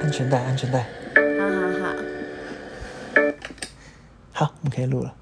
安全带，安全带。好好好，好，我们可以录了。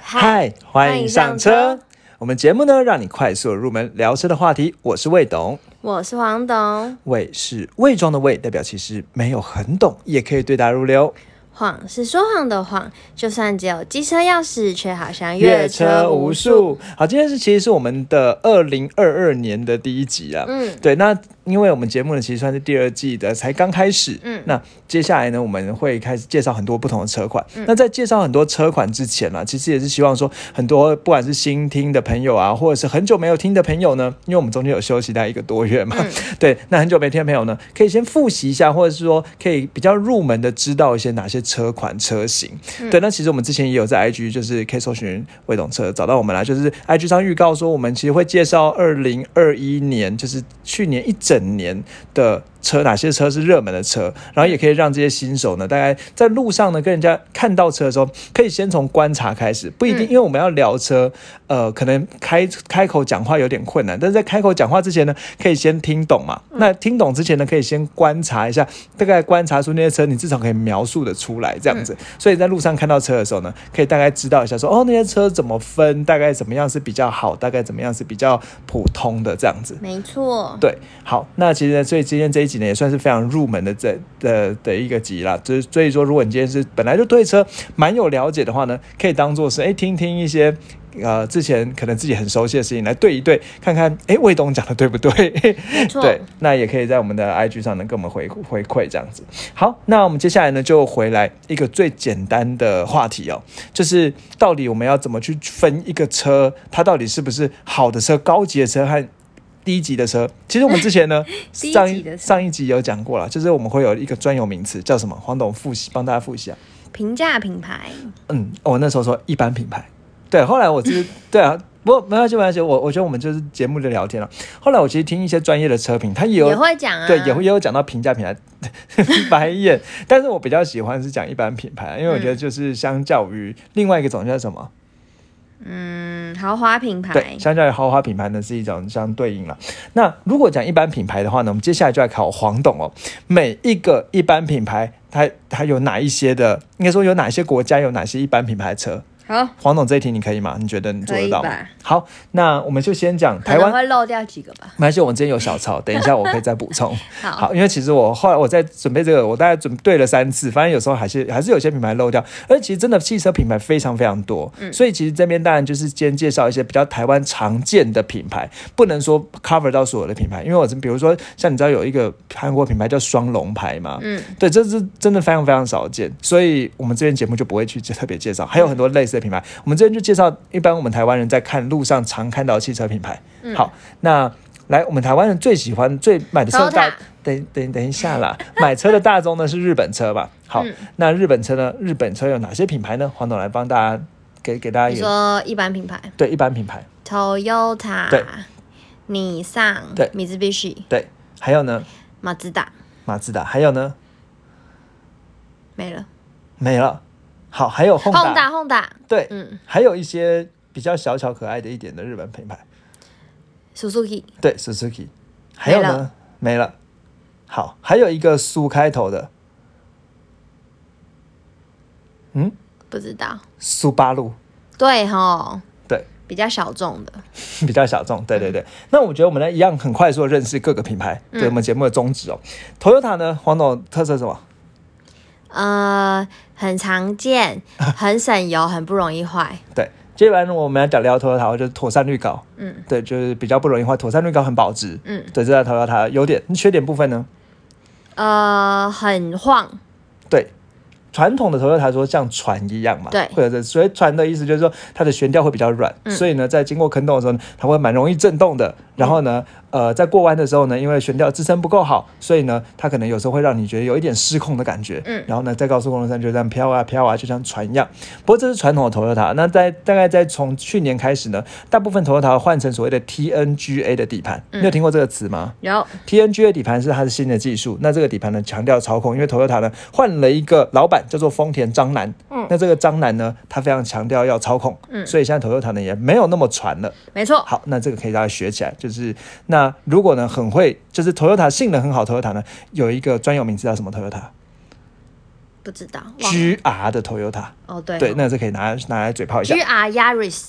嗨，欢迎上车。我们节目呢，让你快速入门聊车的话题。我是魏董，我是黄董，魏是伪装的魏，代表其实没有很懂，也可以对答如流。谎是说谎的谎，就算只有机车钥匙，却好像阅阅车车无无数。数。好，今天是其实是我们的二零二二年的第一集啊。嗯，对，那因为我们节目呢，其实算是第二季的，才刚开始。嗯那接下来呢，我们会开始介绍很多不同的车款。嗯那在介绍很多车款之前呢、其实也是希望说，很多不管是新听的朋友啊，或者是很久没有听的朋友呢，因为我们中间有休息大概一个多月嗯嘛， 对，那很久没听的朋友呢，可以先复习一下，或者是说可以比较入门的知道一些哪些车款车型。嗯对，那其实我们之前也有在 IG，就是可以搜寻魏董车找到我们啦，就是 IG 上预告说我们其实会介绍二零二一年，就是去年一整年的。车哪些车是热门的车，然后也可以让这些新手呢，大概在路上呢跟人家看到车的时候，可以先从观察开始，不一定，因嗯为我们要聊车，呃，可能开开口讲话有点困难，但是在开口讲话之前呢，可以先听懂嘛。那听懂之前呢，可以先观察一下，大概观察出那些车，你至少可以描述的出来这样子。所以在路上看到车的时候呢，可以大概知道一下说，哦，那些车怎么分，大概怎么样是比较好，大概怎么样是比较普通的这样子。没错，对，好，那其实呢，所以今天这一集呢，也算是非常入门的这的的一个集啦。就是所以说，如果你今天是本来就对车蛮有了解的话呢，可以当做是哎、诶听听一些。呃，之前可能自己很熟悉的事情来对一对，看看，哎、魏董讲的对不对？ 没错，对，那也可以在我们的 IG 上能跟我们回回馈这样子。好，那我们接下来呢，就回来一个最简单的话题哦，就是到底我们要怎么去分一个车，它到底是不是好的车、高级的车和低级的车？其实我们之前呢，低级上一的车上一集有讲过了，就是我们会有一个专有名词叫什么？黄董复习，帮大家复习啊。平价品牌，嗯，我那时候说一般品牌，对，后来我就是对啊，不过没关系，没关系，我我觉得我们就是节目的聊天了。后来我其实听一些专业的车评，他也有也会讲啊，对，也会也有讲到平价品牌， 白眼。但是我比较喜欢是讲一般品牌，因为我觉得就是相较于另外一个种叫什么，嗯，豪华品牌对，，相较于豪华品牌呢是一种相对应了。那如果讲一般品牌的话呢，我们接下来就来考黄董哦，每一个一般品牌它它有哪一些的，应该说有哪些国家有哪些一般品牌的车？好，黄董这一题你可以吗？你觉得你做可得以到吗？吧？好，那我们就先讲可台能湾。会漏掉几个吧。没关系，我们之前有小抄，等一下我可以再补 充。 好，好，因为其实我后来我在准备这个，我大概准对了三次，发现有时候还是还是有些品牌漏掉，而其实真的汽车品牌非常非常多，所以其实这边当然就是先介绍一些比较台湾常见的品牌，不能说 cover 到所有的品牌，因为我比如说像你知道有一个韩国品牌叫双龙牌嘛，嗯，对，这是真的非常非常少见，所以我们这边节目就不会去特别介绍，还有很多类似的品牌，我们这边就介绍一般我们台湾人在看路上常看到的汽车品牌。嗯好，那来我们台湾人最喜欢最买的车大 Toyota，等等等一下啦，买车的大宗呢是日本车吧？好，嗯那日本车呢？日本车有哪些品牌呢？黄董来帮大家给给大家你一个说一般品牌对一般品牌，对，Toyota、尼桑、对 Mitsubishi、对，还有呢马自达，马自达，还有呢没了。没了。好，还有 Honda、Honda，对，嗯还有一些比较小巧可爱的一点的日本品牌， ，Suzuki、对，Suzuki，还有没呢了没了。好，还有一个苏开头的不知道，苏巴路，对吼，对，比较小众的， 比较小众，对对对。那我觉得我们来一样很快速地认识各个品牌，对我们节目的宗旨哦。Toyota 呢，黄董特色是什么？呃，很常见， 很省油，很不容易坏，对，接下来呢，我们来讲聊 Toyota，就是妥善率高，嗯，对，就是比较不容易坏，妥善率高，很保值，嗯，对，这是 Toyota 的优点。那缺点部分呢？呃，很晃，对。传统的 Toyota 说像船一样嘛，对嗯或者是所以船的意思就是说它的悬吊会比较软，所以呢，在经过坑洞的时候呢，它会蛮容易震动的。然后呢，嗯呃，在过弯的时候呢，因为悬吊支撑不够好，所以呢，它可能有时候会让你觉得有一点失控的感觉。嗯然后呢，在高速公路上就这样飘啊飘啊，就像船一样。不过这是传统的 Toyota，那在大概在从去年开始呢，大部分 Toyota 换成所谓的 TNGA 的底嗯盘，你有听过这个词吗？有 TNGA 底盘是它的新的技术，那这个底盘呢强调操控，因为 Toyota 呢换了一个老板叫做丰田章男，嗯那这个章男呢他非常强调要操控，嗯所以现在 Toyota 呢也没有那么传了。没错，好，那这个可以大家学起来，就是那那如果呢，很会就是 Toyota 性能很好，Toyota 呢有一个专有名词叫什么 Toyota？G 不知道。忘了 R 的 Toyota，哦，对对，哦那是可以拿拿来嘴炮一下。 G R Yaris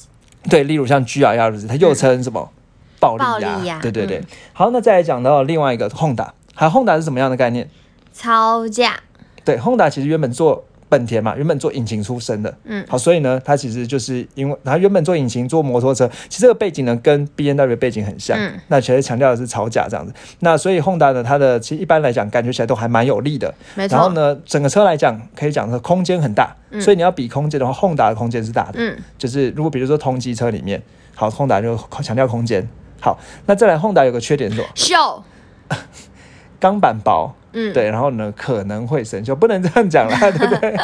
对，例如像 G R 亚如斯，它又称什么、暴力呀、嗯暴力呀对对对。嗯好，那再来讲到另外一个 Honda，还 Honda 是什么样的概念？超价，对，Honda 其实原本做本田嘛，原本做引擎出身的，嗯好，所以呢，它其实就是因为它原本做引擎做摩托车，其实这个背景呢跟 B N W 的背景很像，嗯那其实强调的是吵架这样子。那所以 Honda 呢，它的其实一般来讲感觉起来都还蛮有力的，没然后错，呢，整个车来讲可以讲是空间很大，嗯所以你要比空间的话，Honda 的空间是大的，嗯，就是如果比如说同级车里面，好，Honda 就强调空间。好，那再来 Honda 有个缺点是什么？秀，钢板薄，嗯，。对，然后呢可能会生锈，不能这样讲 啦，对 不对？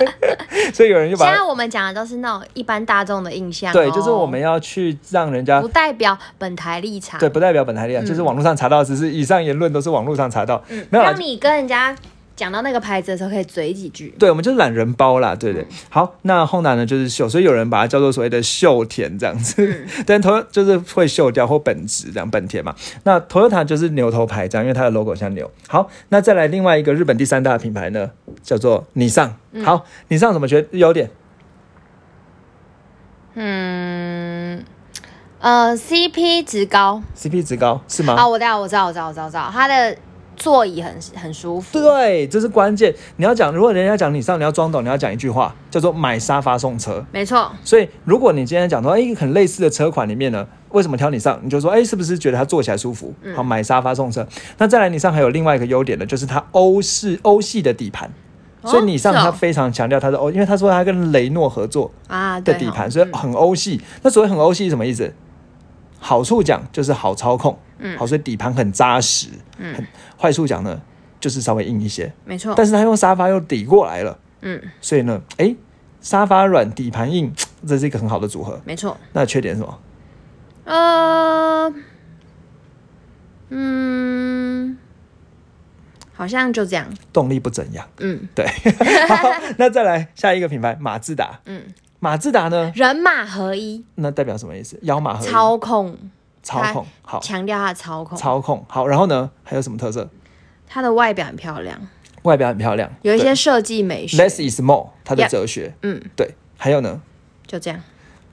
所以有人就现把在它我们讲的都是那种一般大众的印象、哦，对，就是我们要去让人家不代表本台立场，对，不代表本台立场，嗯就是网络上查到，只是以上言论都是网络上查到，嗯，没有啊啦让你跟人家讲到那个牌子的时候可以嘴几句，对，我们就是懒人包啦，对不对？嗯好，那 Honda 呢就是锈，所以有人把它叫做所谓的锈田这样嗯子， 但 Toyota 就是会锈掉或本质这样本田嘛。那 Toyota 就是牛头牌这样，因为它的 logo 像牛。好，那再来另外一个日本第三大的品牌呢，叫做尼桑。好，尼桑怎么觉得优点？嗯，呃，CP 值高 CP 值高是吗？啊，我知道，我知道，我知道，我知道，我知道，它的座椅很很舒服，对，啊这是关键。你要讲，如果人家讲你上，你要装懂，你要讲一句话，叫做买沙发送车。没错，所以，如果你今天讲说，哎、很类似的车款里面呢，为什么挑你上？你就说，哎、是不是觉得它坐起来舒服？嗯好，买沙发送车。那再来，你上还有另外一个优点呢，就是它欧式欧系的底盘。哦所以你上是哦它非常强调它是欧，因为他说他跟雷诺合作啊，的对底吼盘，所以很欧系。那所谓很欧系是什么意思？好处讲就是好操控，嗯好，所以底盘很扎实。嗯很坏处讲呢，就是稍微硬一些。没错，但是他用沙发又抵过来了，哦嗯，所以呢，诶，沙发软，底盘硬，这是一个很好的组合。没错，那缺点是什么？呃，嗯，好像就这样，动力不怎样。嗯 对，好，那再来下一个品牌马自达。嗯，马自达呢？人马合一，那代表什么意思？腰马合一，操控，操控，好，强调它的操控，操控好。然后呢，还有什么特色？它的外表很漂亮，外表很漂亮，有一些设计美对学， less is more，它的 Yep 哲学。嗯，对，还有呢？就这样，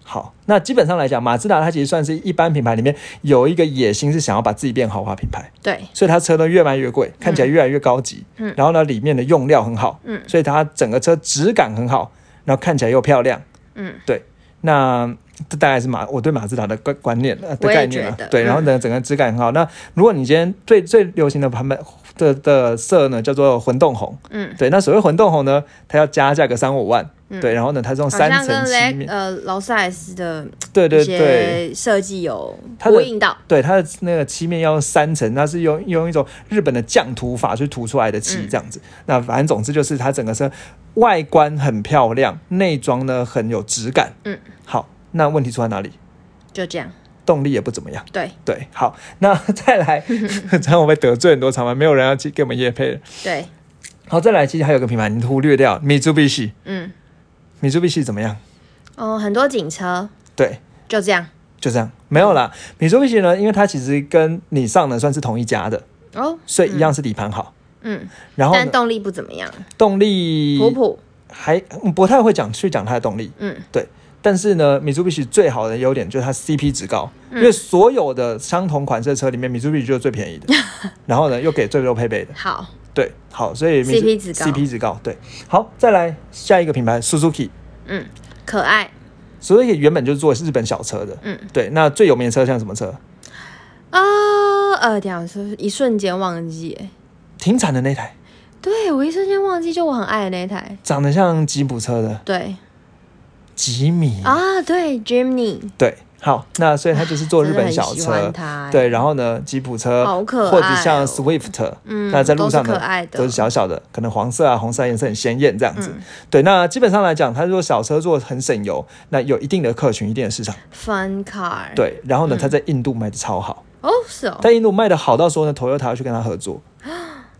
好，那基本上来讲，马自达它其实算是一般品牌里面有一个野心，是想要把自己变豪华品牌。对，所以它车呢越卖越贵，看起来越来越高级。嗯然后呢，里面的用料很好，嗯所以它整个车质感很好，然后看起来又漂亮。嗯，对，那这大概是马我对马自达的观观念呃的我也概念觉啊得。嗯对，然后呢，整个质感很好。那如果你今天最最流行的版本的的色呢，叫做混动红。嗯，对，那所谓混动红呢，它要加价个三五万。嗯对，然后呢，它是用好哦三像层跟漆 Lex 面。呃劳斯莱斯的对一对对。些设计有它的呼应到，对，它的那个漆面要用三层，它是用用一种日本的酱涂法去涂出来的漆，嗯这样子。那反正总之就是它整个车外观很漂亮，内装呢很有质感。嗯，好，那问题出在哪里？就这样，动力也不怎么样。对对，好， 那再来， 这样我会得罪很多厂牌，没有人要去给我们业配了。对，好，再来，其实还有个品牌你忽略掉，Mitsubishi。嗯， Mitsubishi 怎么样？哦，很多警车对，就这样，就这样，没有啦。Mitsubishi 呢，因为它其实跟你上呢算是同一家的，哦，所以一样是底盘好。嗯，然后呢但动力不怎么样，动力普普，还嗯不太会讲去讲它的动力，嗯，但是呢，Mitsubishi 最好的优点就是它 CP 值高，嗯因为所有的相同款式的车里面，Mitsubishi 就是最便宜 的，然后呢又给最多配备的，好，对，好，所以 CP Mitsu- 值高 CP 值高，对，好，再来下一个品牌 Suzuki。嗯，可爱， Suzuki 原本就是做日本小车的，嗯，对。那最有名的车像什么车？啊、呃，等一下我是不是一瞬间忘记耶，停产的那台，对我一瞬间忘记，就我很爱的那一台，长得像吉普车的对吉米，啊，对 Jimny，对。好，那所以它就是做日本小真的很喜车欢，它，对，，然后呢，吉普车，好可爱哦或者像 Swift，嗯，那在路上都呢是可爱的，都是小小的，可能黄色啊、红色啊颜色很鲜艳这样子。嗯对，那基本上来讲，它如果小车做很省油，那有一定的客群、一定的市场。 fun car，，对，然后呢，它在印度卖的超好，哦，是哎嗯哦，啊在印度卖的好到说呢，Toyota 要去跟它合作。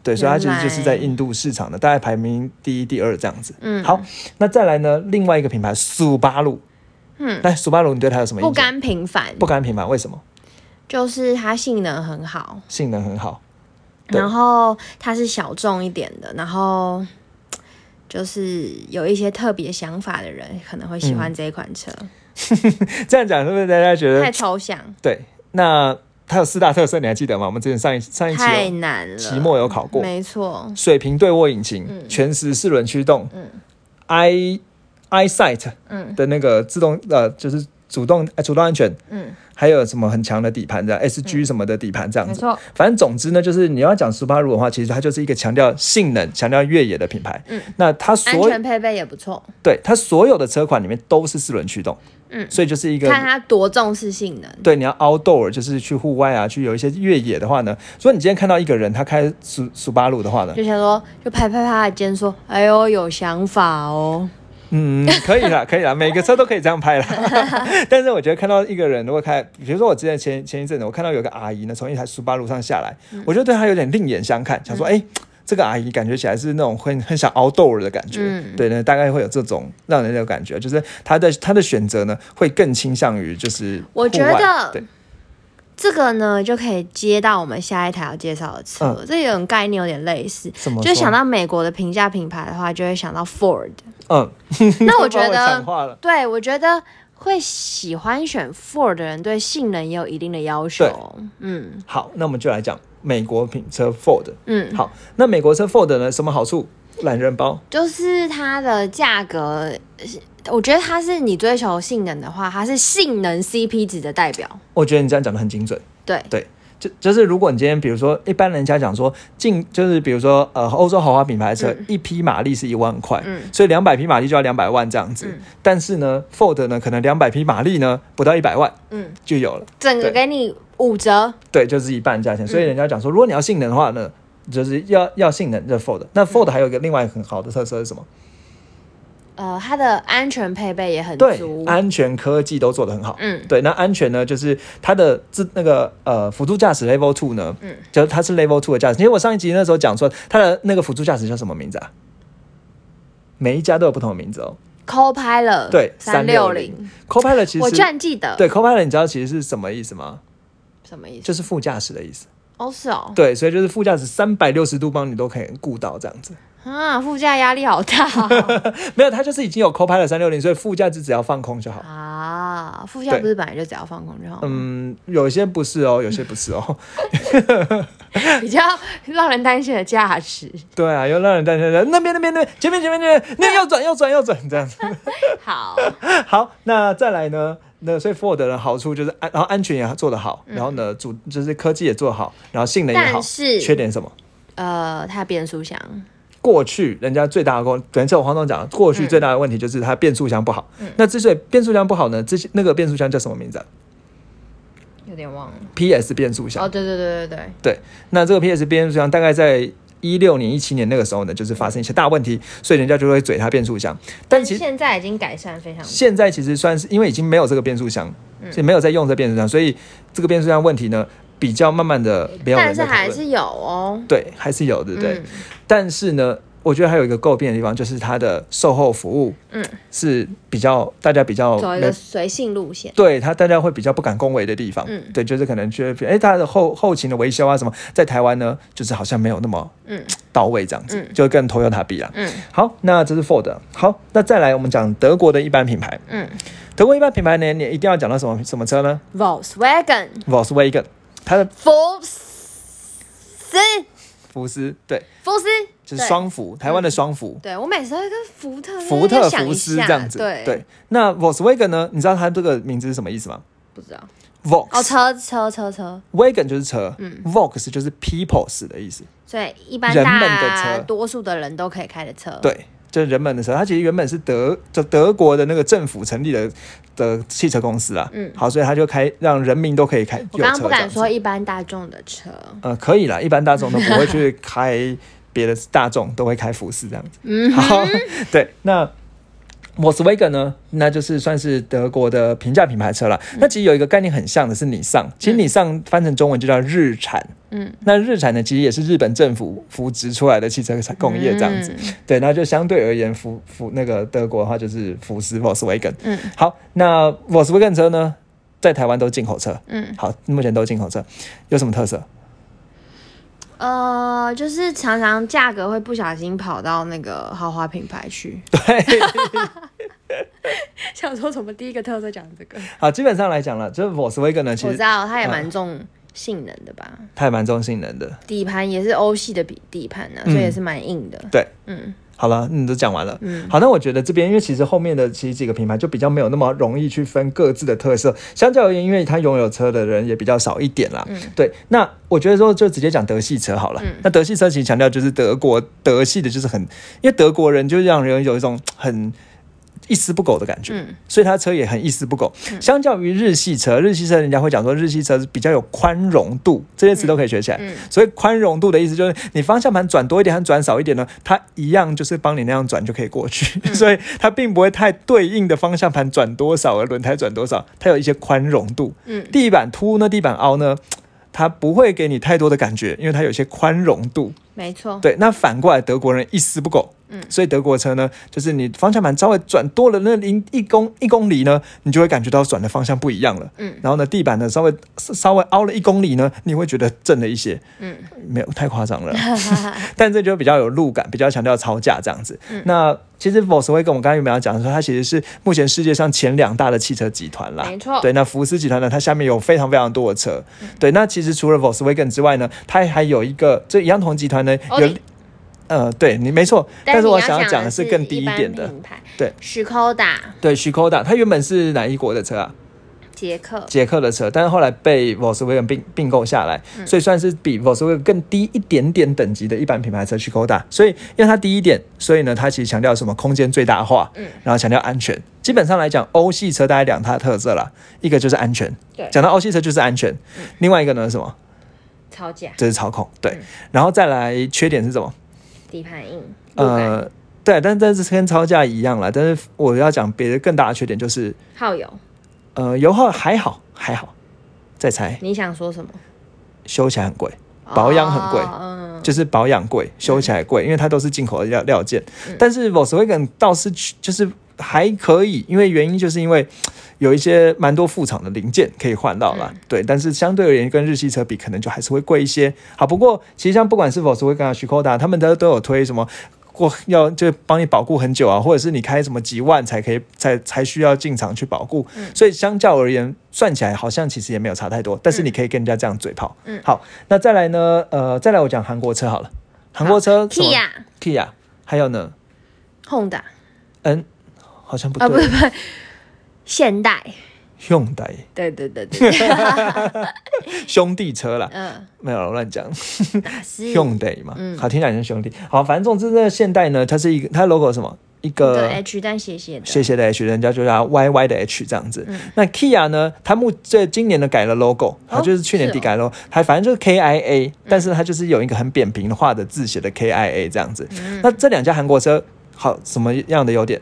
对，所以它其实就是在原来印度市场的，大概排名第一、第二这样子。嗯好，那再来呢，另外一个品牌苏巴鲁，嗯，来苏巴鲁，你对它有什么印不象？甘平凡不，甘平凡为什么？就是它性能很好，性能很好。对然后它是小众一点的，然后就是有一些特别想法的人可能会喜嗯欢这一款车，这样讲是不是大家觉太得抽象，对？那它有四大特色，你还记得吗？我们之前上一上一期太有难了。期末有考过，没嗯错，水平对卧引擎、全时四轮驱动、i eyesight 嗯的那个自动呃就是主动呃主动安全，嗯，还有什么很强的底盘这样 SG 什么的底盘这样没子。错，反正总之呢，就是你要讲 Subaru 的话，其实它就是一个强调性能、强调越野的品牌。嗯，那它安所全配备也不错，对它所有的车款里面都是四轮驱动，嗯所以就是一个看它多重视性能。对，你要 outdoor，就是去户外啊，去有一些越野的话呢，如果你今天看到一个人他开苏苏巴鲁的话呢，就想说，就拍拍他的肩说：“哎呦，有想法哦。嗯，可以啦，可以啦，每个车都可以这样拍 啦。但是我觉得看到一个人如果开，比如说我之前前前一阵子，我看到有个阿姨呢从一台苏巴鲁上下来，我就对她有点另眼相嗯看，想说，哎、这个阿姨感觉起来是那种很很想 outdoor 的感觉，嗯对呢，大概会有这种嗯让人有感觉，就是她的她的选择呢会更倾向于就是我觉户外得对，”这个呢，就可以接到我们下一台要介绍的车，嗯这有点概念有点类似。怎么就说想到美国的平价品牌的话，就会想 到 Ford。嗯，那我觉帮得讲，话了。对我觉得会喜欢选 Ford 的人，对性能也有一定的要求。嗯好，那我们就来讲美国品车 Ford。嗯，好，那美国车 Ford 呢，什么好处？懒人包，就是它的价格，我觉得它是你追求性能的话，它是性能 CP 值的代表。我觉得你这样讲的很精准。对，就就是如果你今天比如说一般人家讲说进就是比如说呃欧洲豪华品牌车、一匹马力是一万块，嗯所以两百匹马力就要两百万这样子。嗯但是呢，Ford 呢可能两百匹马力呢不到一百万嗯，就有了，整个对给你五折。对，就是一半价钱。嗯所以人家讲说，如果你要性能的话呢，就是要要性能这 Ford。那嗯 Ford 还有一个另外一个很好的特色是什么？呃，它的安全配备也很对足，。安全科技都做得很好。嗯对，那安全呢，就是它的自那个呃辅助驾驶 Level Two 呢，嗯就是它是 Level Two 的驾驶。因为我上一集那时候讲说，它的那个辅助驾驶叫什么名字啊？每一家都有不同的名字哦。 ，Copilot 对，三六零， Copilot 其实我居然记得，对 Copilot，你知道其实是什么意思吗？什么意思？就是副驾驶的意思。哦，是哦，对，所以就是副驾驶三百六十度帮你都可以顾到这样子。啊，副驾压力好大 哦没有，它就是已经有 Copilot 三六零，所以副驾驶只要放空就好。啊，副驾对不是本来就只要放空就好，嗯，有些不是哦，有些不是哦。 比较让人担心的驾驶。对啊，又让人担心。那边那边那边，前面前面那边，那边右转右转右转这样子。好，好，那再来呢？那所以 Ford 的好处就是安，然后安全也做得好，然后呢，主就是科技也做好，然后性能也好。但是缺点什么？呃，它的变速箱，过去人家最大的功，等下我黄总讲，过去最大的问题就是它变速箱不好。那之所以变速箱不好呢，之前那个变速箱叫什么名字、啊、有点忘了。 ？PS 变速箱。哦，对对对对对，对，那这个 PS 变速箱大概在一六年、一七年那个时候呢，就是发生一些大问题，所以人家就会嘴它变速箱。但其实现在已经改善非常多。现在其实算是因为已经没有这个变速箱，嗯所以没有在用这变速箱，所以这个变速箱问题呢，比较慢慢的没有人但是在讨还论。是有哦，对，还是有，对不对？嗯但是呢，我觉得还有一个诟病的地方，就是它的售后服务，嗯，是比较大家比较走一没个随性路线。对他，大家会比较不敢恭维的地方，嗯对，就是可能觉得，哎，他的后后勤的维修啊什么，在台湾呢，就是好像没有那么嗯到位这样子，嗯就跟 Toyota 比啦。嗯好，那这是 Ford。好，那再来我们讲德国的一般品牌。嗯德国一般品牌呢，你一定要讲到什么什么车呢，Volkswagen ？Volkswagen，它的福斯福斯，对，福斯就是对双福，台湾的双福，对我每次会跟福特福在特那边想福一斯下这样子。对，那 Volkswagen 呢？你知道它这个名字是什么意思吗不知道哦， ？Volks、车车车车， wagon 就是车、v 嗯 o l k s 就是 peoples 的意思。所以一般人们的大车多数的人都可以开的车，，对，就是人们的车，它其实原本是德就德国的那个政府成立的的汽车公司啦。嗯好，所以它就开让人民都可以开。我有刚刚车不这样敢子说一般大众的车，呃，可以啦，一般大众都不会去开别的大众，都会开福斯这样子。嗯好，对，那 Volkswagen 呢，那就是算是德国的平价品牌车了。嗯那其实有一个概念很像的是尼桑，其实尼桑翻成中文就叫日产。嗯，那日产呢，其实也是日本政府扶植出来的汽车嗯工业这样子。对，那就相对而言，福福那个德国的话就是福斯 Volkswagen。嗯，好，那 Volkswagen 车呢？在台湾都进口车，嗯，好，目前都进口车，有什么特色？呃，就是常常价格会不小心跑到那个豪华品牌去。对， 想说什么？第一个特色讲这个，好，基本上来讲了，就是 Volkswagen 呢，其我知实道它也蛮重性能的吧，它也蛮中性能的。底盘也是欧系的底底盘嗯呢、啊，所以也是蛮硬的。对，嗯，好了，你都讲完了。嗯，好，那我觉得这边因为其实后面的其实几个品牌就比较没有那么容易去分各自的特色，相较而言，因为它拥有车的人也比较少一点啦。嗯对，那我觉得说就直接讲德系车好了。那德系车其实强调就是德国德系的，就是很因为德国人就让人有一种很。一丝不苟的感觉，嗯所以它车也很一丝不苟。嗯相较于日系车，日系车人家会讲说日系车比较有宽容度，这些词都可以学起来。嗯嗯所以宽容度的意思就是，你方向盘转多一点和转少一点呢，它一样就是帮你那样转就可以过去，嗯 所以它并不会太对应的方向盘转多少而轮胎转多少，它有一些宽容度。嗯地板凸呢，地板凹呢，它不会给你太多的感觉，因为它有一些宽容度。没错。 对，那反过来德国人一丝不苟，哦嗯所以德国车呢，就是你方向盘稍微转多了那零一公一公里呢，你就会感觉到转的方向不一样了。嗯然后呢，地板呢稍微稍微凹了一公里呢，你会觉得正了一些，嗯，没有太夸张了，但这就比较有路感，比较强调超价这样子。嗯那其实 Volkswagen 我们刚才有没有讲说，它其实是目前世界上前两大的汽车集团啦。没错对，那福斯集团呢，它下面有非常非常多的车。对，那其实除了 Volkswagen 之外呢，它还有一个，这一样同集团呢奥有迪。呃，对你没错，但是你我想想要讲的是是更低一般点的，品牌，对史柯达、对 s h i k o d a 它原本是哪一国的车啊？捷克，捷克的车，但是后来被 Volkswagen 并并购下来，嗯所以算是比 Volkswagen 更低一点点等级的一般品牌车去勾搭。所以因为它低一点，所以呢，它其实强调什么空间最大化，嗯然后强调安全。基本上来讲，欧系车大概两大特色啦，一个就是安全，对讲到欧系车就是安全，另外一个呢是什么？超价，这、是操控，对，嗯然后再来缺点是什么？底盘硬，路感呃，对，但但是跟超价一样啦，但是我要讲别的更大的缺点就是，耗油。呃，油耗还好还好，再猜你想说什么？修起来很贵。保养很贵哦就是保养贵，修起来贵，因为它都是进口的料料件。但是 Volkswagen 倒是去就是还可以，因为原因就是因为有一些蛮多副厂的零件可以换到嗯啦。对，但是相对而言跟日系车比，可能就还是会贵一些。好，不过其实像不管是 Volkswagen 啊、s h i k o d a 他们都都有推什么。过要就帮你保固很久啊，或者是你开什么几万才可以才才需要进厂去保固，嗯所以相较而言算起来好像其实也没有差太多，但是你可以跟人家这样嘴炮。嗯好，那再来呢？呃，再来我讲韩国车好了，韩国车嗯什么 Kia、 Kia，还有呢， Honda 嗯，好像不啊，不对是不是，现代， ，Hyundai 对对对对，对兄弟车啦，嗯，没有啦乱讲哪 是？ ，Hyundai 嘛，嗯好听起来像兄弟。好，反正总之这个现代呢，它是一个它的 logo 是什么一对个 H 但斜斜的，斜斜的 H，人家就叫它 YY 的 H 这样子。嗯那 Kia 呢，它目这今年呢改了 logo，它哦就是去年底是哦嗯改了 logo，、它反正就是 KIA，、但是它就是有一个很扁平化的字写的 KIA 这样子。嗯那这两家韩国车好什么样的优点？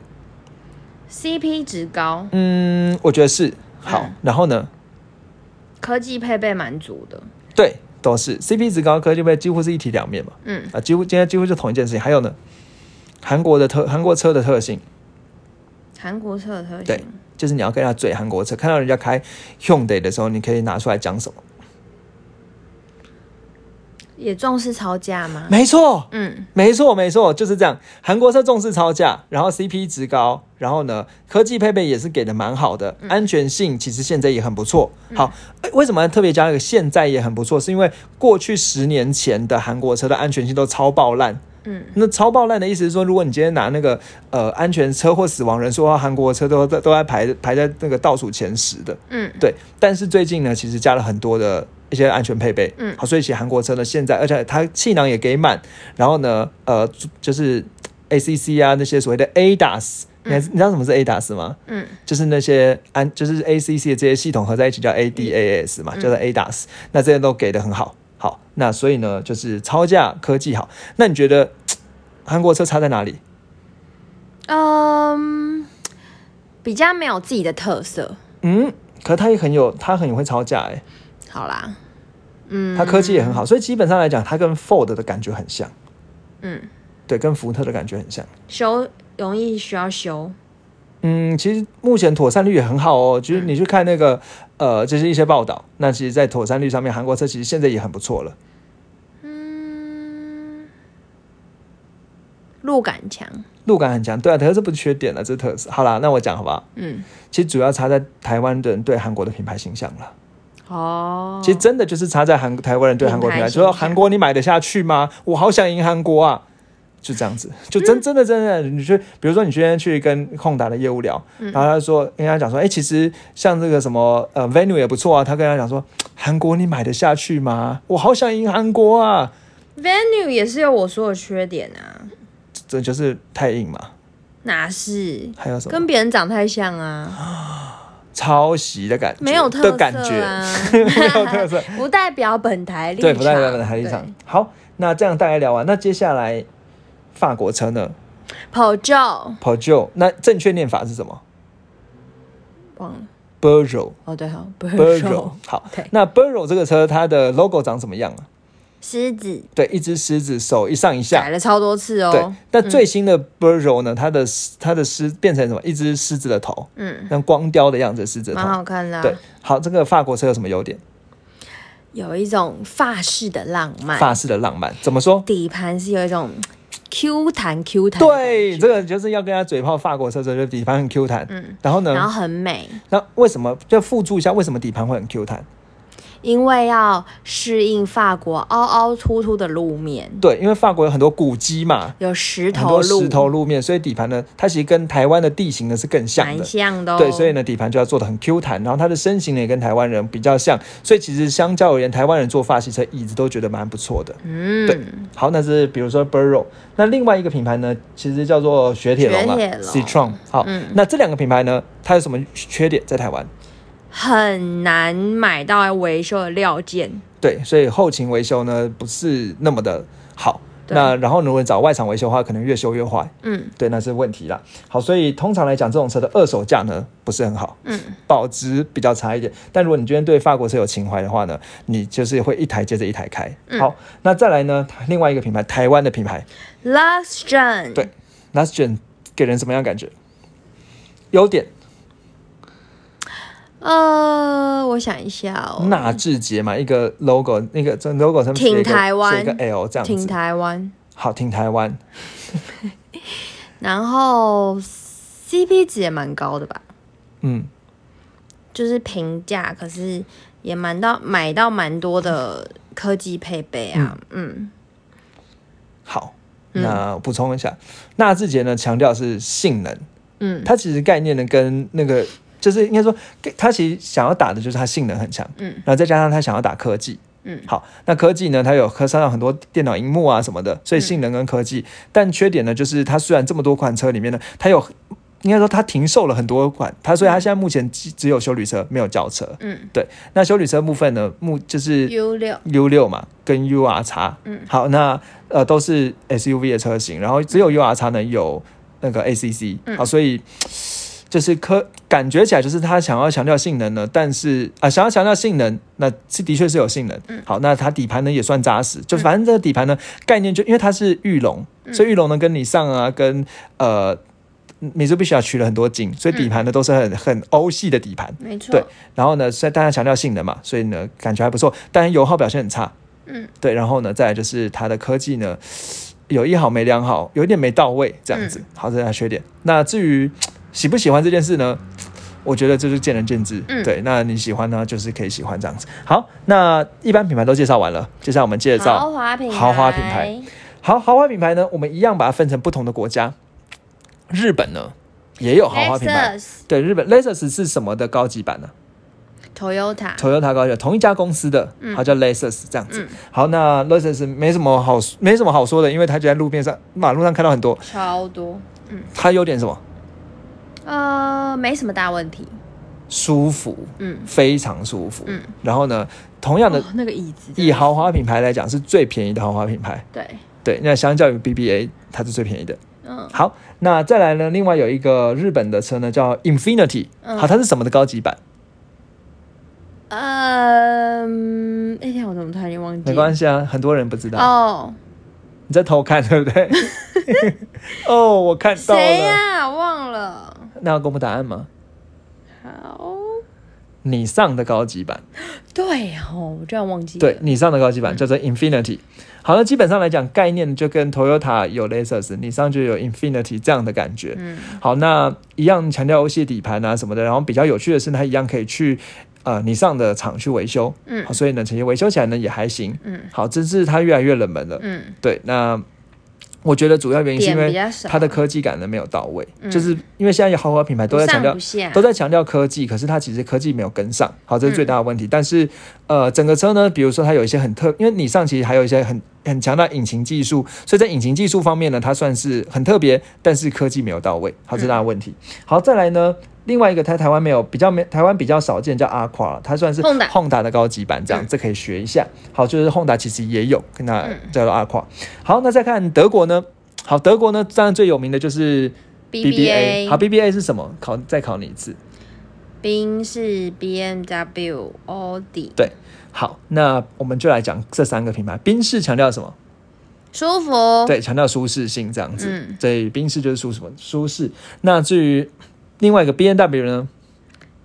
CP 值高，嗯，我觉得是好。嗯然后呢，科技配备蛮足的，对，都是 CP 值高，科技被几乎是一体两面嘛。嗯，啊，几乎今天几乎就同一件事情。还有呢，韩国的特韩国车的特性韩国车的特对性，就是你要跟人家嘴韩国车，看到人家开 Hyundai 的时候，你可以拿出来讲什么？也重视超价吗？没错，嗯，没错，没错，就是这样。韩国车重视超价，然后 CP 值高，然后呢，科技配备也是给的蛮好的，嗯安全性其实现在也很不错。好，诶为什么特别加了个现在也很不错？是因为过去十年前的韩国车的安全性都超爆烂。嗯，那超爆烂的意思是说，如果你今天拿那个呃安全车或死亡人数的话，韩国车都在都在排排在那个倒数前十的。嗯，对。但是最近呢，其实加了很多的一些安全配备，嗯好，所以其实韩国车呢，现在而且它气囊也给满，然后呢，呃，就是 ACC 啊那些所谓的 ADAS，你还、你知道什么是 ADAS 吗？嗯，就是那些安就是 ACC 的这些系统合在一起叫 ADAS 嗯嘛，叫做 ADAS，、那这些都给的很好，好，那所以呢，就是超价科技好，那你觉得？嘖韩国车差在哪里？嗯，比较没有自己的特色，嗯，可它也很有，它很会超价哎、好啦，它科技也很好，所以基本上来讲，它跟 Ford 的感觉很像，嗯，对，跟福特的感觉很像。修容易需要修，嗯，其实目前妥善率也很好哦，就是你去看那个、呃，就是一些报道，那其实，在妥善率上面，韩国车其实现在也很不错了。嗯，路感强，路感很强，对啊，可是这不是缺点了，这是特色。好啦，那我讲好不好？嗯，其实主要差在台湾人对韩国的品牌形象了。哦，其实真的就是差在韩台湾人对韩国品牌，品牌就说形象韩国你买得下去吗？我好想赢韩国啊！就这样子，就真真的真的，你去，比如说你今天去跟空达的业务聊，嗯然后他说跟他讲说，哎、其实像这个什么呃 venue 也不错啊，他跟他讲说，韩国你买得下去吗？我好想赢韩国啊！ venue 也是有我说的缺点啊，这就是太硬嘛，哪是还有什么跟别人长太像啊，抄袭的感觉，没有特色、啊、的感觉， 没有特色，不代表本台立场，对，不代表本台立场对。。好，那这样大概聊完，那接下来法国车呢？跑照 p o j o 那正确念法是什么忘了 b u r r o 哦，对哦，不 b u r 是 r o 手好对，那 b u r r o 这个车它的 logo 长什么样啊？狮子对，一只狮子手一上一改下。了超多次对哦，，那最新的 b u r r o 呢？它的它的狮变成什么？一只狮子的头，嗯，像光雕的样子，的狮子的蛮头。好看的啊、对，好，这个法国车有什么优点？有一种法式的浪漫，法式的浪漫，怎么说？底盘是有一种 Q 弹 Q 弹，，对，这个就是要跟他嘴炮法国车，所以就底盘很 Q 弹。嗯，然后然呢？后很美，那为什么就附注一下为什么底盘会很 Q 弹？因为要适应法国凹凹凸凸的路面，对，因为法国有很多古迹嘛，有石很头多路，石头路面，所以底盘呢，它其实跟台湾的地形呢是更像蛮的。像的、哦，对，所以呢，底盘就要做的很 Q 弹，然后它的身形呢也跟台湾人比较像，所以其实相较而言，台湾人做法系车椅子都觉得蛮不错的。嗯，好，那是比如说 Burrow，那另外一个品牌呢，其实叫做雪铁龙嘛啊雪铁龙嗯，Citron。好，那这两个品牌呢，它有什么缺点在台湾？很难买到维修的料件，对，所以后勤维修呢不是那么的好。对那然后如果找外厂维修的话，可能越修越坏。嗯，对，那是问题啦。好，所以通常来讲，这种车的二手价呢不是很好，嗯，保值比较差一点。但如果你今天对法国车有情怀的话呢，你就是会一台接着一台开。嗯好，那再来呢，另外一个品牌，台湾的品牌 Last Gen，对 n a s t i o n 给人什么样的感觉？优点，呃，我想一下哦，纳智捷嘛，一个 logo，那个这 logo 上面挺写一个台湾写一个 L 这样挺子，台湾，好，挺台湾。然后 CP 值也蛮高的吧，嗯，就是平价，可是也蛮到买到蛮多的科技配备啊，嗯，好，那补充一下，纳智捷呢强调是性能，嗯，它其实概念呢跟那个就是应该说，它其实想要打的就是它性能很强，嗯，然后再加上它想要打科技。嗯，好，那科技呢？它有科上很多电脑荧幕啊什么的，所以性能跟科技。但缺点呢，就是它虽然这么多款车里面呢，它有应该说它停售了很多款，它所以它现在目前只只有修理车，没有轿车。嗯，对。那修理车部分呢，目就是 U 六 U 六嘛，跟 U R 叉，嗯，好，那呃都是 S U V 的车型，然后只有 U R 叉呢有那个 A C C，、好，所以就是科感觉起来就是他想要强调性能呢，但是啊、想要强调性能，那是的确是有性能，好，那它底盘呢也算扎实，就反正这个底盘呢概念就因为它是玉龙，所以玉龙呢跟你上啊跟呃。米兹必须要取了很多景，所以底盘呢都是很很欧系的底盘，没错，对然后呢，所以大家强调性能嘛，所以呢感觉还不错，但油耗表现很差。嗯，对，然后呢，再来就是它的科技呢有一好没两好，有一点没到位这样子，嗯好，这是它的缺点。那至于喜不喜欢这件事呢？我觉得这就是见仁见智，嗯对。那你喜欢呢，就是可以喜欢这样子。好，那一般品牌都介绍完了，接下来我们介豪绍华品牌，豪华品牌，好豪华品牌呢，我们一样把它分成不同的国家。日本呢也哦有豪华品牌， Lexus、对，日本 Lexus 是什么的高级版呢？ Toyota， Toyota 高桥同一家公司的，嗯它叫 Lexus 这样子。好，那 Lexus 没什么好没什么好说的，因为它就在路面上、马路上看到很多。超多，它优点是什么？呃，没什么大问题，舒服，嗯，非常舒服。嗯然后呢，同样的，哦，那个椅子真的以豪华品牌来讲，是最便宜的豪华品牌。对，对，那相较于 BBA，它是最便宜的。嗯，好，那再来呢？另外有一个日本的车呢，叫 Infinity，嗯好，它是什么的高级版？呃，嗯哎、天，我怎么突然间忘记？没关系啊，很多人不知道，哦，你 在偷看对不对？哦，我看到了。谁呀、忘了。那要公布答案吗？好，你上的高级版，对哦，我居然忘记了。对，你上的高级嗯版叫做 Infinity。好，那基本上来讲，概念就跟 Toyota 有 Lexus，你上就有 Infinity 这样的感觉。嗯，好，那一样强调欧系底盘啊什么的，然后比较有趣的是，它一样可以去呃你上的厂去维修，嗯好，所以呢，其实维修起来呢也还行。嗯好，真是它越来越冷门了。嗯，对，那我觉得主要原因是点因比为较少，它的科技感呢没有到位，嗯就是因为现在有豪华品牌都不在强上调不下，都在强调科技，可是它其实科技没有跟上，好，这是最大的问嗯题。但是，呃，整个车呢，比如说它有一些很特，因为你上其实还有一些很很强大的引擎技术，所以在引擎技术方面呢，它算是很特别，但是科技没有到位，好，这是大的问题。嗯好，再来呢，另外一个它台湾没有比较没台湾比较少见叫阿 q 它算是 Honda Honda 的高级版，这样、嗯这可以学一下。好，就是 Honda 其实也有跟它嗯叫做阿 q 好，那再看德国呢？好，德国呢，当然最有名的就是。BBA，好，BBA 是什么？考再考你一次。宾士、B M W、奥迪，好，那我们就来讲这三个品牌。宾士强调什么？舒服，对，强调舒适性这样子。哦嗯所以宾士就是舒什么舒适。那至于另外一个 B N W 呢，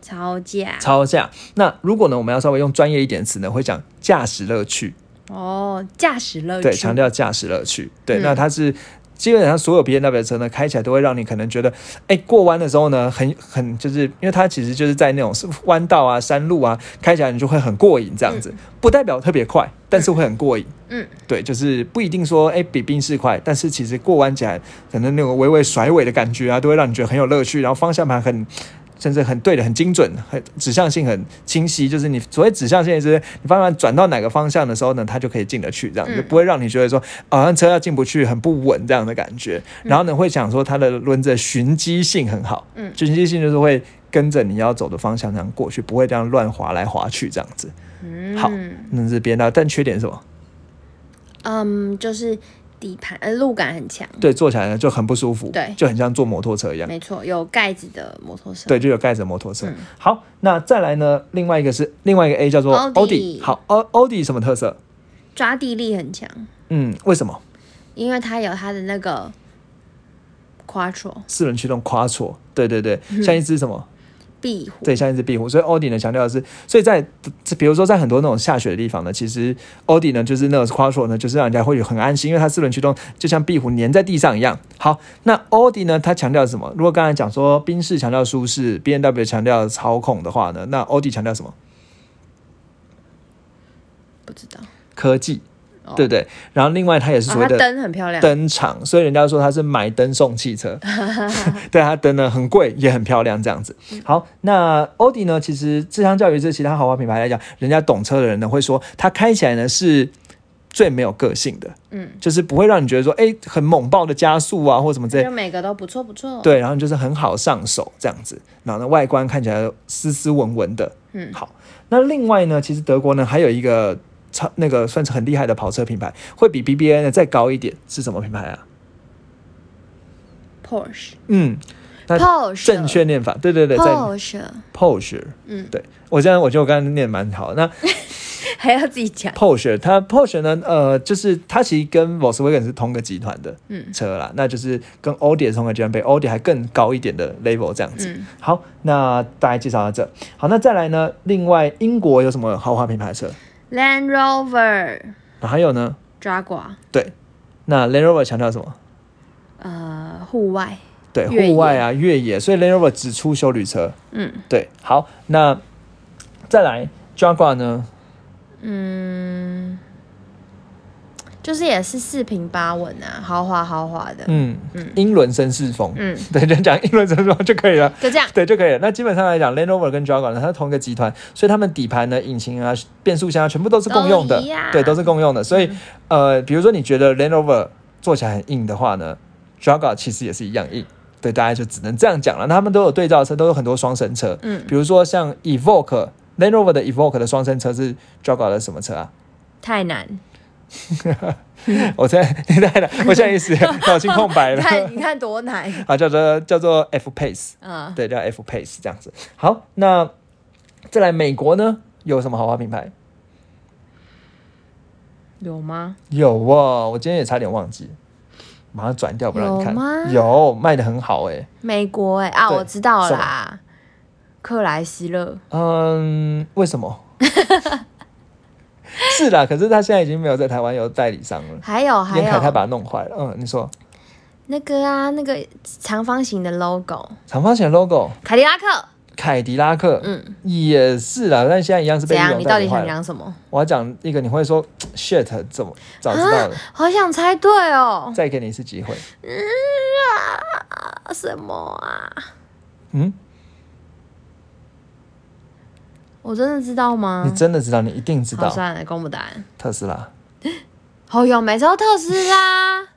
超价超价。那如果呢，我们要稍微用专业一点词呢，会讲驾驶乐趣。哦，驾驶乐趣，对，强调驾驶乐趣。对，嗯那它是。基本上所有 B N W 的车呢，开起来都会让你可能觉得，哎、过弯的时候呢，很很就是，因为它其实就是在那种弯道啊、山路啊，开起来你就会很过瘾这样子，不代表特别快，但是会很过瘾。嗯，对，就是不一定说哎、比宾士快，但是其实过弯起来，可能那种微微甩尾的感觉啊，都会让你觉得很有乐趣，然后方向盘很。甚至很对的，很精准，很指向性很清晰。就是你所谓指向性，就是你方向盘转到哪个方向的时候呢，它就可以进得去，这样、嗯就不会让你觉得说好像车要进不去，很不稳这样的感觉。然后呢，会想说它的轮子的循迹性很好，嗯循迹性就是会跟着你要走的方向这样过去，不会这样乱滑来滑去这样子。嗯，好那这边呢，但缺点是什么？嗯，就是底盘呃路感很强，对，坐起来呢就很不舒服，对就很像坐摩托车一样。没错，有盖子的摩托车，对，就有盖着摩托车。嗯好，那再来呢？另外一个是另外一个 A 叫做奥迪欧迪。好，欧欧迪什么特色？抓地力很强，嗯，为什么因为它有它的那个 quattro 四轮驱动夸错？对对对，嗯像一只什么？壁虎，对，像一只壁虎。所以欧迪呢强调的是，所以在比如说在很多那种下雪的地方呢，其实欧迪呢就是那个夸错呢，就是让人家会很安心，因为它四轮驱动就像壁虎粘在地上一样。好，那欧迪呢，它强调什么？如果刚才讲说宾士强调舒适，B N W 强调操控的话呢，那欧迪强调什么？不知道，科技，哦对不对？然后另外它也是哦所谓的它灯很漂亮，灯厂，所以人家说它是买灯送汽 车。对，它灯呢很贵，也很漂亮，这样子。嗯好，那欧迪呢，其实自相较于这其他豪华品牌来讲，人家懂车的人呢会说，它开起来呢是。最没有个性的，嗯，就是不会让你觉得说，哎、很猛爆的加速啊，或什么之类就，每个都不错不错，，对，然后就是很好上手这样子，然后呢外观看起来斯斯文文的，嗯好。那另外呢，其实德国呢还有一个超那个算是很厉害的跑车品牌，会比 BBA 呢再高一点，是什么品牌啊？ Porsche 嗯，那 Porsche 正确念法，对对对，在 Porsche， Porsche，嗯，对我这样我觉得我刚刚念得蛮好。那还要自己讲， Porsche 它 Porsche 呢，呃，就是它其实跟 Volkswagen 是同个集团的嗯车啦，那就是跟 Audi 也是同个集团，比 Audi 还更高一点的 level 这样子。嗯，好，那大概介绍到这。好，那再来呢？另外，英国有什么豪华品牌车？ Land Rover 那还有呢？ Jaguar，对，那 Land Rover 强调什么？呃，户外，对，越野户外啊，越野，所以 Land Rover 只出修旅车。嗯对，好，那再来 Jaguar 呢？嗯，就是也是四平八稳啊，豪华豪华的，嗯嗯英伦绅士风。嗯，对，就讲英伦绅士风就可以了。就这样，对，就可以了。那基本上来讲，Land Rover 跟 Jaguar 呢，它是同一个集团，所以他们底盘呢、引擎啊、变速箱啊，全部都是共用的都一样，对，都是共用的。所以，嗯呃，比如说你觉得 Land Rover 做起来很硬的话呢，Jaguar 其实也是一样硬。对，大家就只能这样讲了。那他们都有对照车，都有很多双生车，嗯，比如说像 Evoque。Land Rover 的 Evoque 的双生车是 Jaguar 的什么车 啊？太难，我现在 你太了，我现在一 时脑筋空白了。看你看多 难，啊，叫做叫做 F Pace，嗯，对，叫 F Pace 这样子。好，那再来美国呢，有什么豪华品牌？有吗？有哦，我今天也差点忘记。马上转掉不让你看有吗，有卖的很好哎、美国哎、啊，对啊我知道什么啦，克莱斯勒嗯，为什 么？是啦，可是他现在已经没有在台湾有代理商了，还有还烟凯他有把它弄坏了。嗯，你说那个啊，那个长方形的 logo，长方形的 logo，凯迪拉克，凯迪拉克，嗯，也是啦，但现在一样是被怎利样？用你到代底理坏想了。讲什么？我要讲一个，你会说 shit，怎么早知道了？啊好想猜对哦，再给你一次机会。嗯啊，什么啊？嗯，我真的知道吗？你真的知道，你一定知好，道算了，公布答案。特斯拉。 哦哟，每次都特斯拉。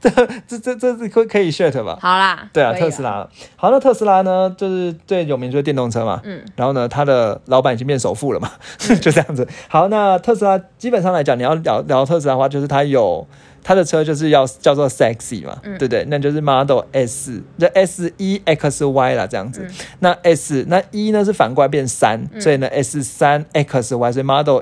这这这这是可可以 shit 吧？好啦，对啊，可以特斯拉。好，那特斯拉呢，就是最有名就是电动车嘛。嗯。然后呢，他的老板已经变首富了嘛， 就这样子。好，那特斯拉基本上来讲，你要聊聊特斯拉的话，就是它有它的车就是要叫做 sexy 嘛，嗯对不对？那就是 Model S，就 S E X Y 啦，这样嗯子。那 S 那一呢是反过来变三、所以呢 S 三 X Y，所以 Model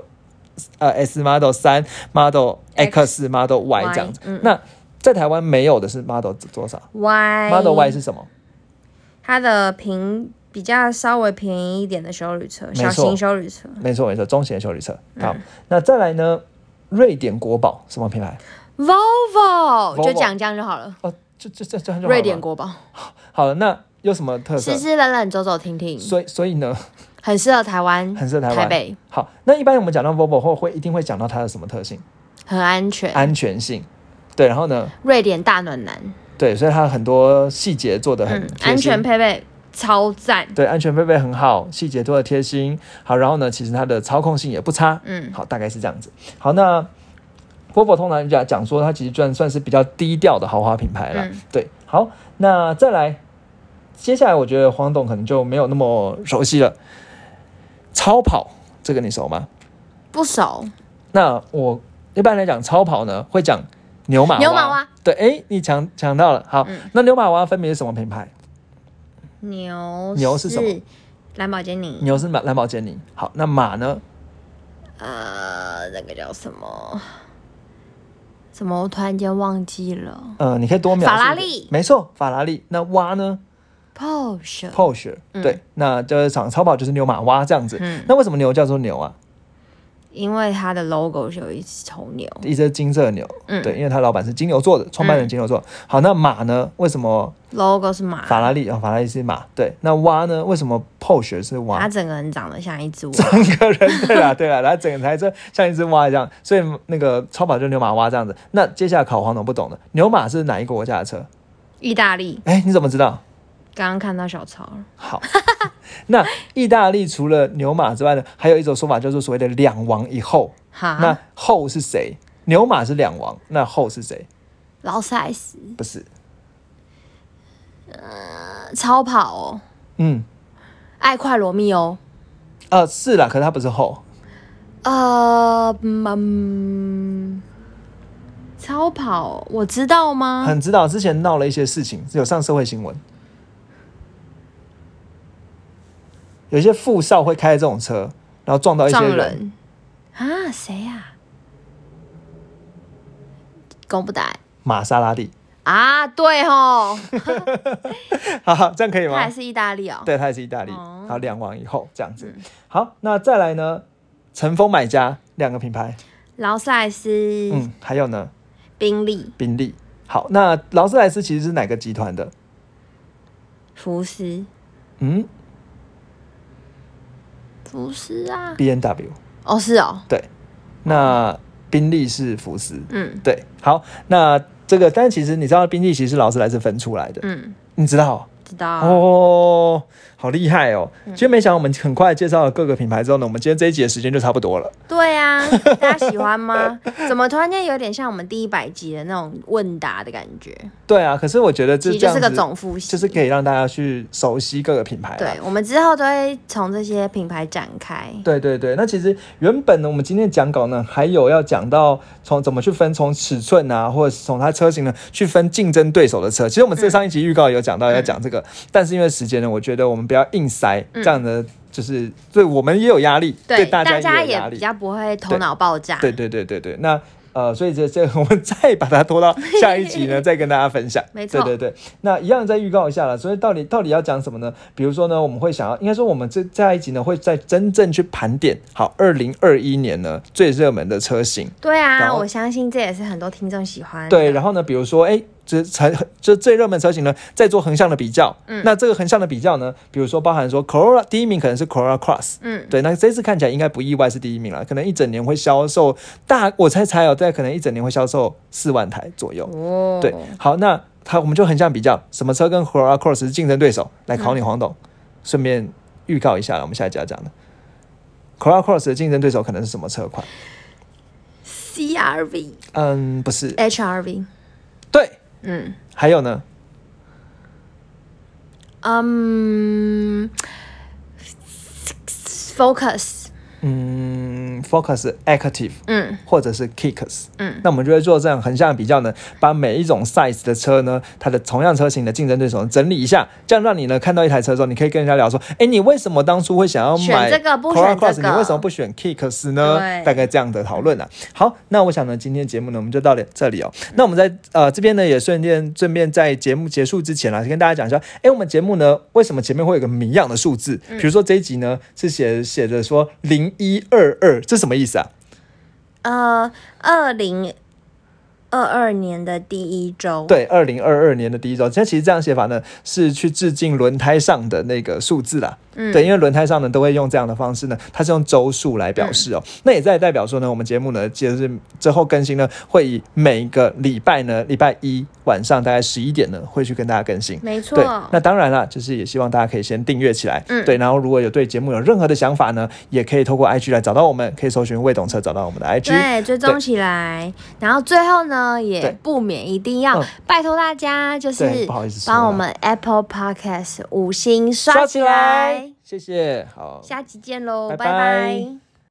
呃 S Model 三 Model X Model Y 这样子。嗯那在台湾没有的是 Model 多少 Y ？Model Y 是什么？它的平比较稍微便宜一点的修旅车，没小错型修旅车没错没错，中型的修理车。嗯好，那再来呢？瑞典国宝什么品牌？ ，Volvo， Volvo 就讲这样就好了。哦，就就就这样就好了瑞典国宝，好了，那有什么特色湿？湿冷冷，走走停停，所以所以呢，很适合台湾，很适合台湾北，好，那一般我们讲到 Volvo 后会一定会讲到它的什么特性？很安全。安全性。对，然后呢，瑞典大暖男，对，所以它很多细节做的很嗯，贴安心全配备超赞，对，安全配备很好，细节做的贴心。好，然后呢，其实它的操控性也不差。嗯好，大概是这样子。好，那 Volvo 通常讲讲说，它其实算算是比较低调的豪华品牌了。嗯对，好，那再来，接下来我觉得黄董可能就没有那么熟悉了。超跑这个你熟吗？不熟，那我一般来讲，超跑呢会讲牛马牛马蛙对，哎，你抢抢到了。好，嗯那牛马蛙分别是什么品牌？牛牛是什么？兰博基尼，牛是马兰博基尼。好，那马呢？呃，那个叫什么？什么？我突然间忘记了呃，你可以多描述一法拉点利没错，法拉利。那蛙呢，Porsche， ？Porsche，、嗯对，那就是场超跑就是牛马蛙这样子。嗯，那为什么牛叫做牛啊？因为它的 logo 是有一只头牛，一只金色的牛，嗯，对，因为他老板是金牛座的，创办人金牛座。好，那马呢？为什么，logo 是马，法拉利啊、哦法拉利是马？对，那蛙呢？为什么 Porsche 是蛙它？整个人长得像 一只蛙，整个人，对啦， 对啦，它整个台车像一只蛙一样，所以那个超跑就是牛马蛙这样子。那接下来考黄总不懂的，牛马是哪一个国家的车？意大利，哎，你怎么知道？刚刚看到小抄了，好， 那意大利除了牛马之外呢，还有一种说法，就是所谓的两王一后。那哈，后是谁？牛马是两王，那后是谁？劳斯莱斯，不是，呃超跑哦，嗯，爱快罗密欧，呃，是啦，可是它不是后，呃，嗯，超跑哦我知道吗？很知道之前闹了一些事情，有上社会新闻。有一些富少会开这种车，然后哦撞到一些撞人，人啊？谁呀、公布答案玛莎拉 蒂，啊？对吼，哈哈，这样可以他吗也？是意大利哦。对，它也是意大利，哦嗯然后两王以后这样子。好，那再来呢？乘风买家两个品牌，劳斯莱斯、嗯，还有呢，宾利、宾利。好，那劳斯莱斯其实是哪个集团的？福斯，嗯福斯啊？ ，B N W。哦，是哦，对，那宾利是福斯。嗯对，好，那这个，但其实你知道，宾利其实是劳斯莱斯分出来的，嗯，你知道？知道啊。嗯哦，好厉害哦！其实没想到我们很快介绍了各个品牌之后呢，我们今天这一集的时间就差不多了。对啊，大家喜欢吗？ 怎么突然间有点像我们第一百集的那种问答的感觉？对啊，可是我觉得其这实这就样是子个总复习，就是可以让大家去熟悉各个品牌啦。啊对，我们之后都会从这些品牌展开。对对对，那其实原本呢，我们今天讲稿呢，还有要讲到从怎么去分从尺寸啊，或者是从它车型呢去分竞争对手的车。其实我嗯们这上一集预告有讲到要讲这个，但是因为时间呢，我觉得我们不要硬塞、这样的，就是对我们也有压力，嗯对，大大家家也有也压比力。较不会头脑爆炸。对对对对对，那。呃，所以这这个我们再把它拖到下一 集呢，再跟大家分享。没错对对对。那一样再预告一下了，所以到底到底要讲什么呢？比如说呢，我们会想要，应该说我们这下一集呢，会再真正去盘点好二零二一年呢最热门的车型。对然啊，后我相信这也是很多听众喜欢的。对，然后呢，比如说，哎，这才这最热门车型呢，再做横向的比较。嗯，那这个横向的比较呢，比如说包含说 Corolla 第一名可能是 Corolla Cross，嗯，对，那这次看起来应该不意外是第一名了，可能一整年会销售大，我猜猜哦，大概可能一整年会销售四万台左右。哦，对，好，那它我们就很像比较什么车跟 Corolla Cross 是竞争对手，来考你黄嗯董，顺便预告一下了，我们下一集要讲的 Corolla Cross 的竞争对手可能是什么车款？ ，CRV、嗯，不是， HRV，对，嗯还有呢？嗯，Focus，嗯，Focus Active 嗯或者是 Kicks，嗯，那我们就会做这样横向比较呢，把每一种 size 的车呢，它的同样车型的竞争对手整理一下，这样让你呢看到一台车的时候，你可以跟人家聊说，哎，你为什么当初会想要买选这个不 Corolla 选这 Cross？个你为什么不选 Kicks 呢？对大概这样的讨论啊。好，那我想呢，今天节目呢，我们就到这里哦。那我们在呃这边呢，也顺便顺便在节目结束之前啊，先跟大家讲一下，哎，我们节目呢，为什么前面会有个谜样的数字？比如说这一集呢是写写着说零一二二，这什么意思啊？呃，二零二二年的第一周，，对，二零二二年的第一周，其实其实这样写法呢，是去致敬轮胎上的那个数字啦。嗯对，因为轮胎上呢都会用这样的方式呢，它是用周数来表示哦。那也在代表说呢，我们节目呢，就是之后更新呢，会以每个礼拜呢，礼拜一晚上大概十一点呢，会去跟大家更新。没错对，，那当然啦，就是也希望大家可以先订阅起来。嗯对，然后如果有对节目有任何的想法呢，也可以透过 IG 来找到我们，可以搜寻魏董车找到我们的 IG。对，对追踪起来。然后最后呢，也对不免一定要嗯拜托大家，就是对不好意思说帮我了们 Apple Podcast 五星刷刷起来。，谢谢，好，下期见喽，拜拜拜拜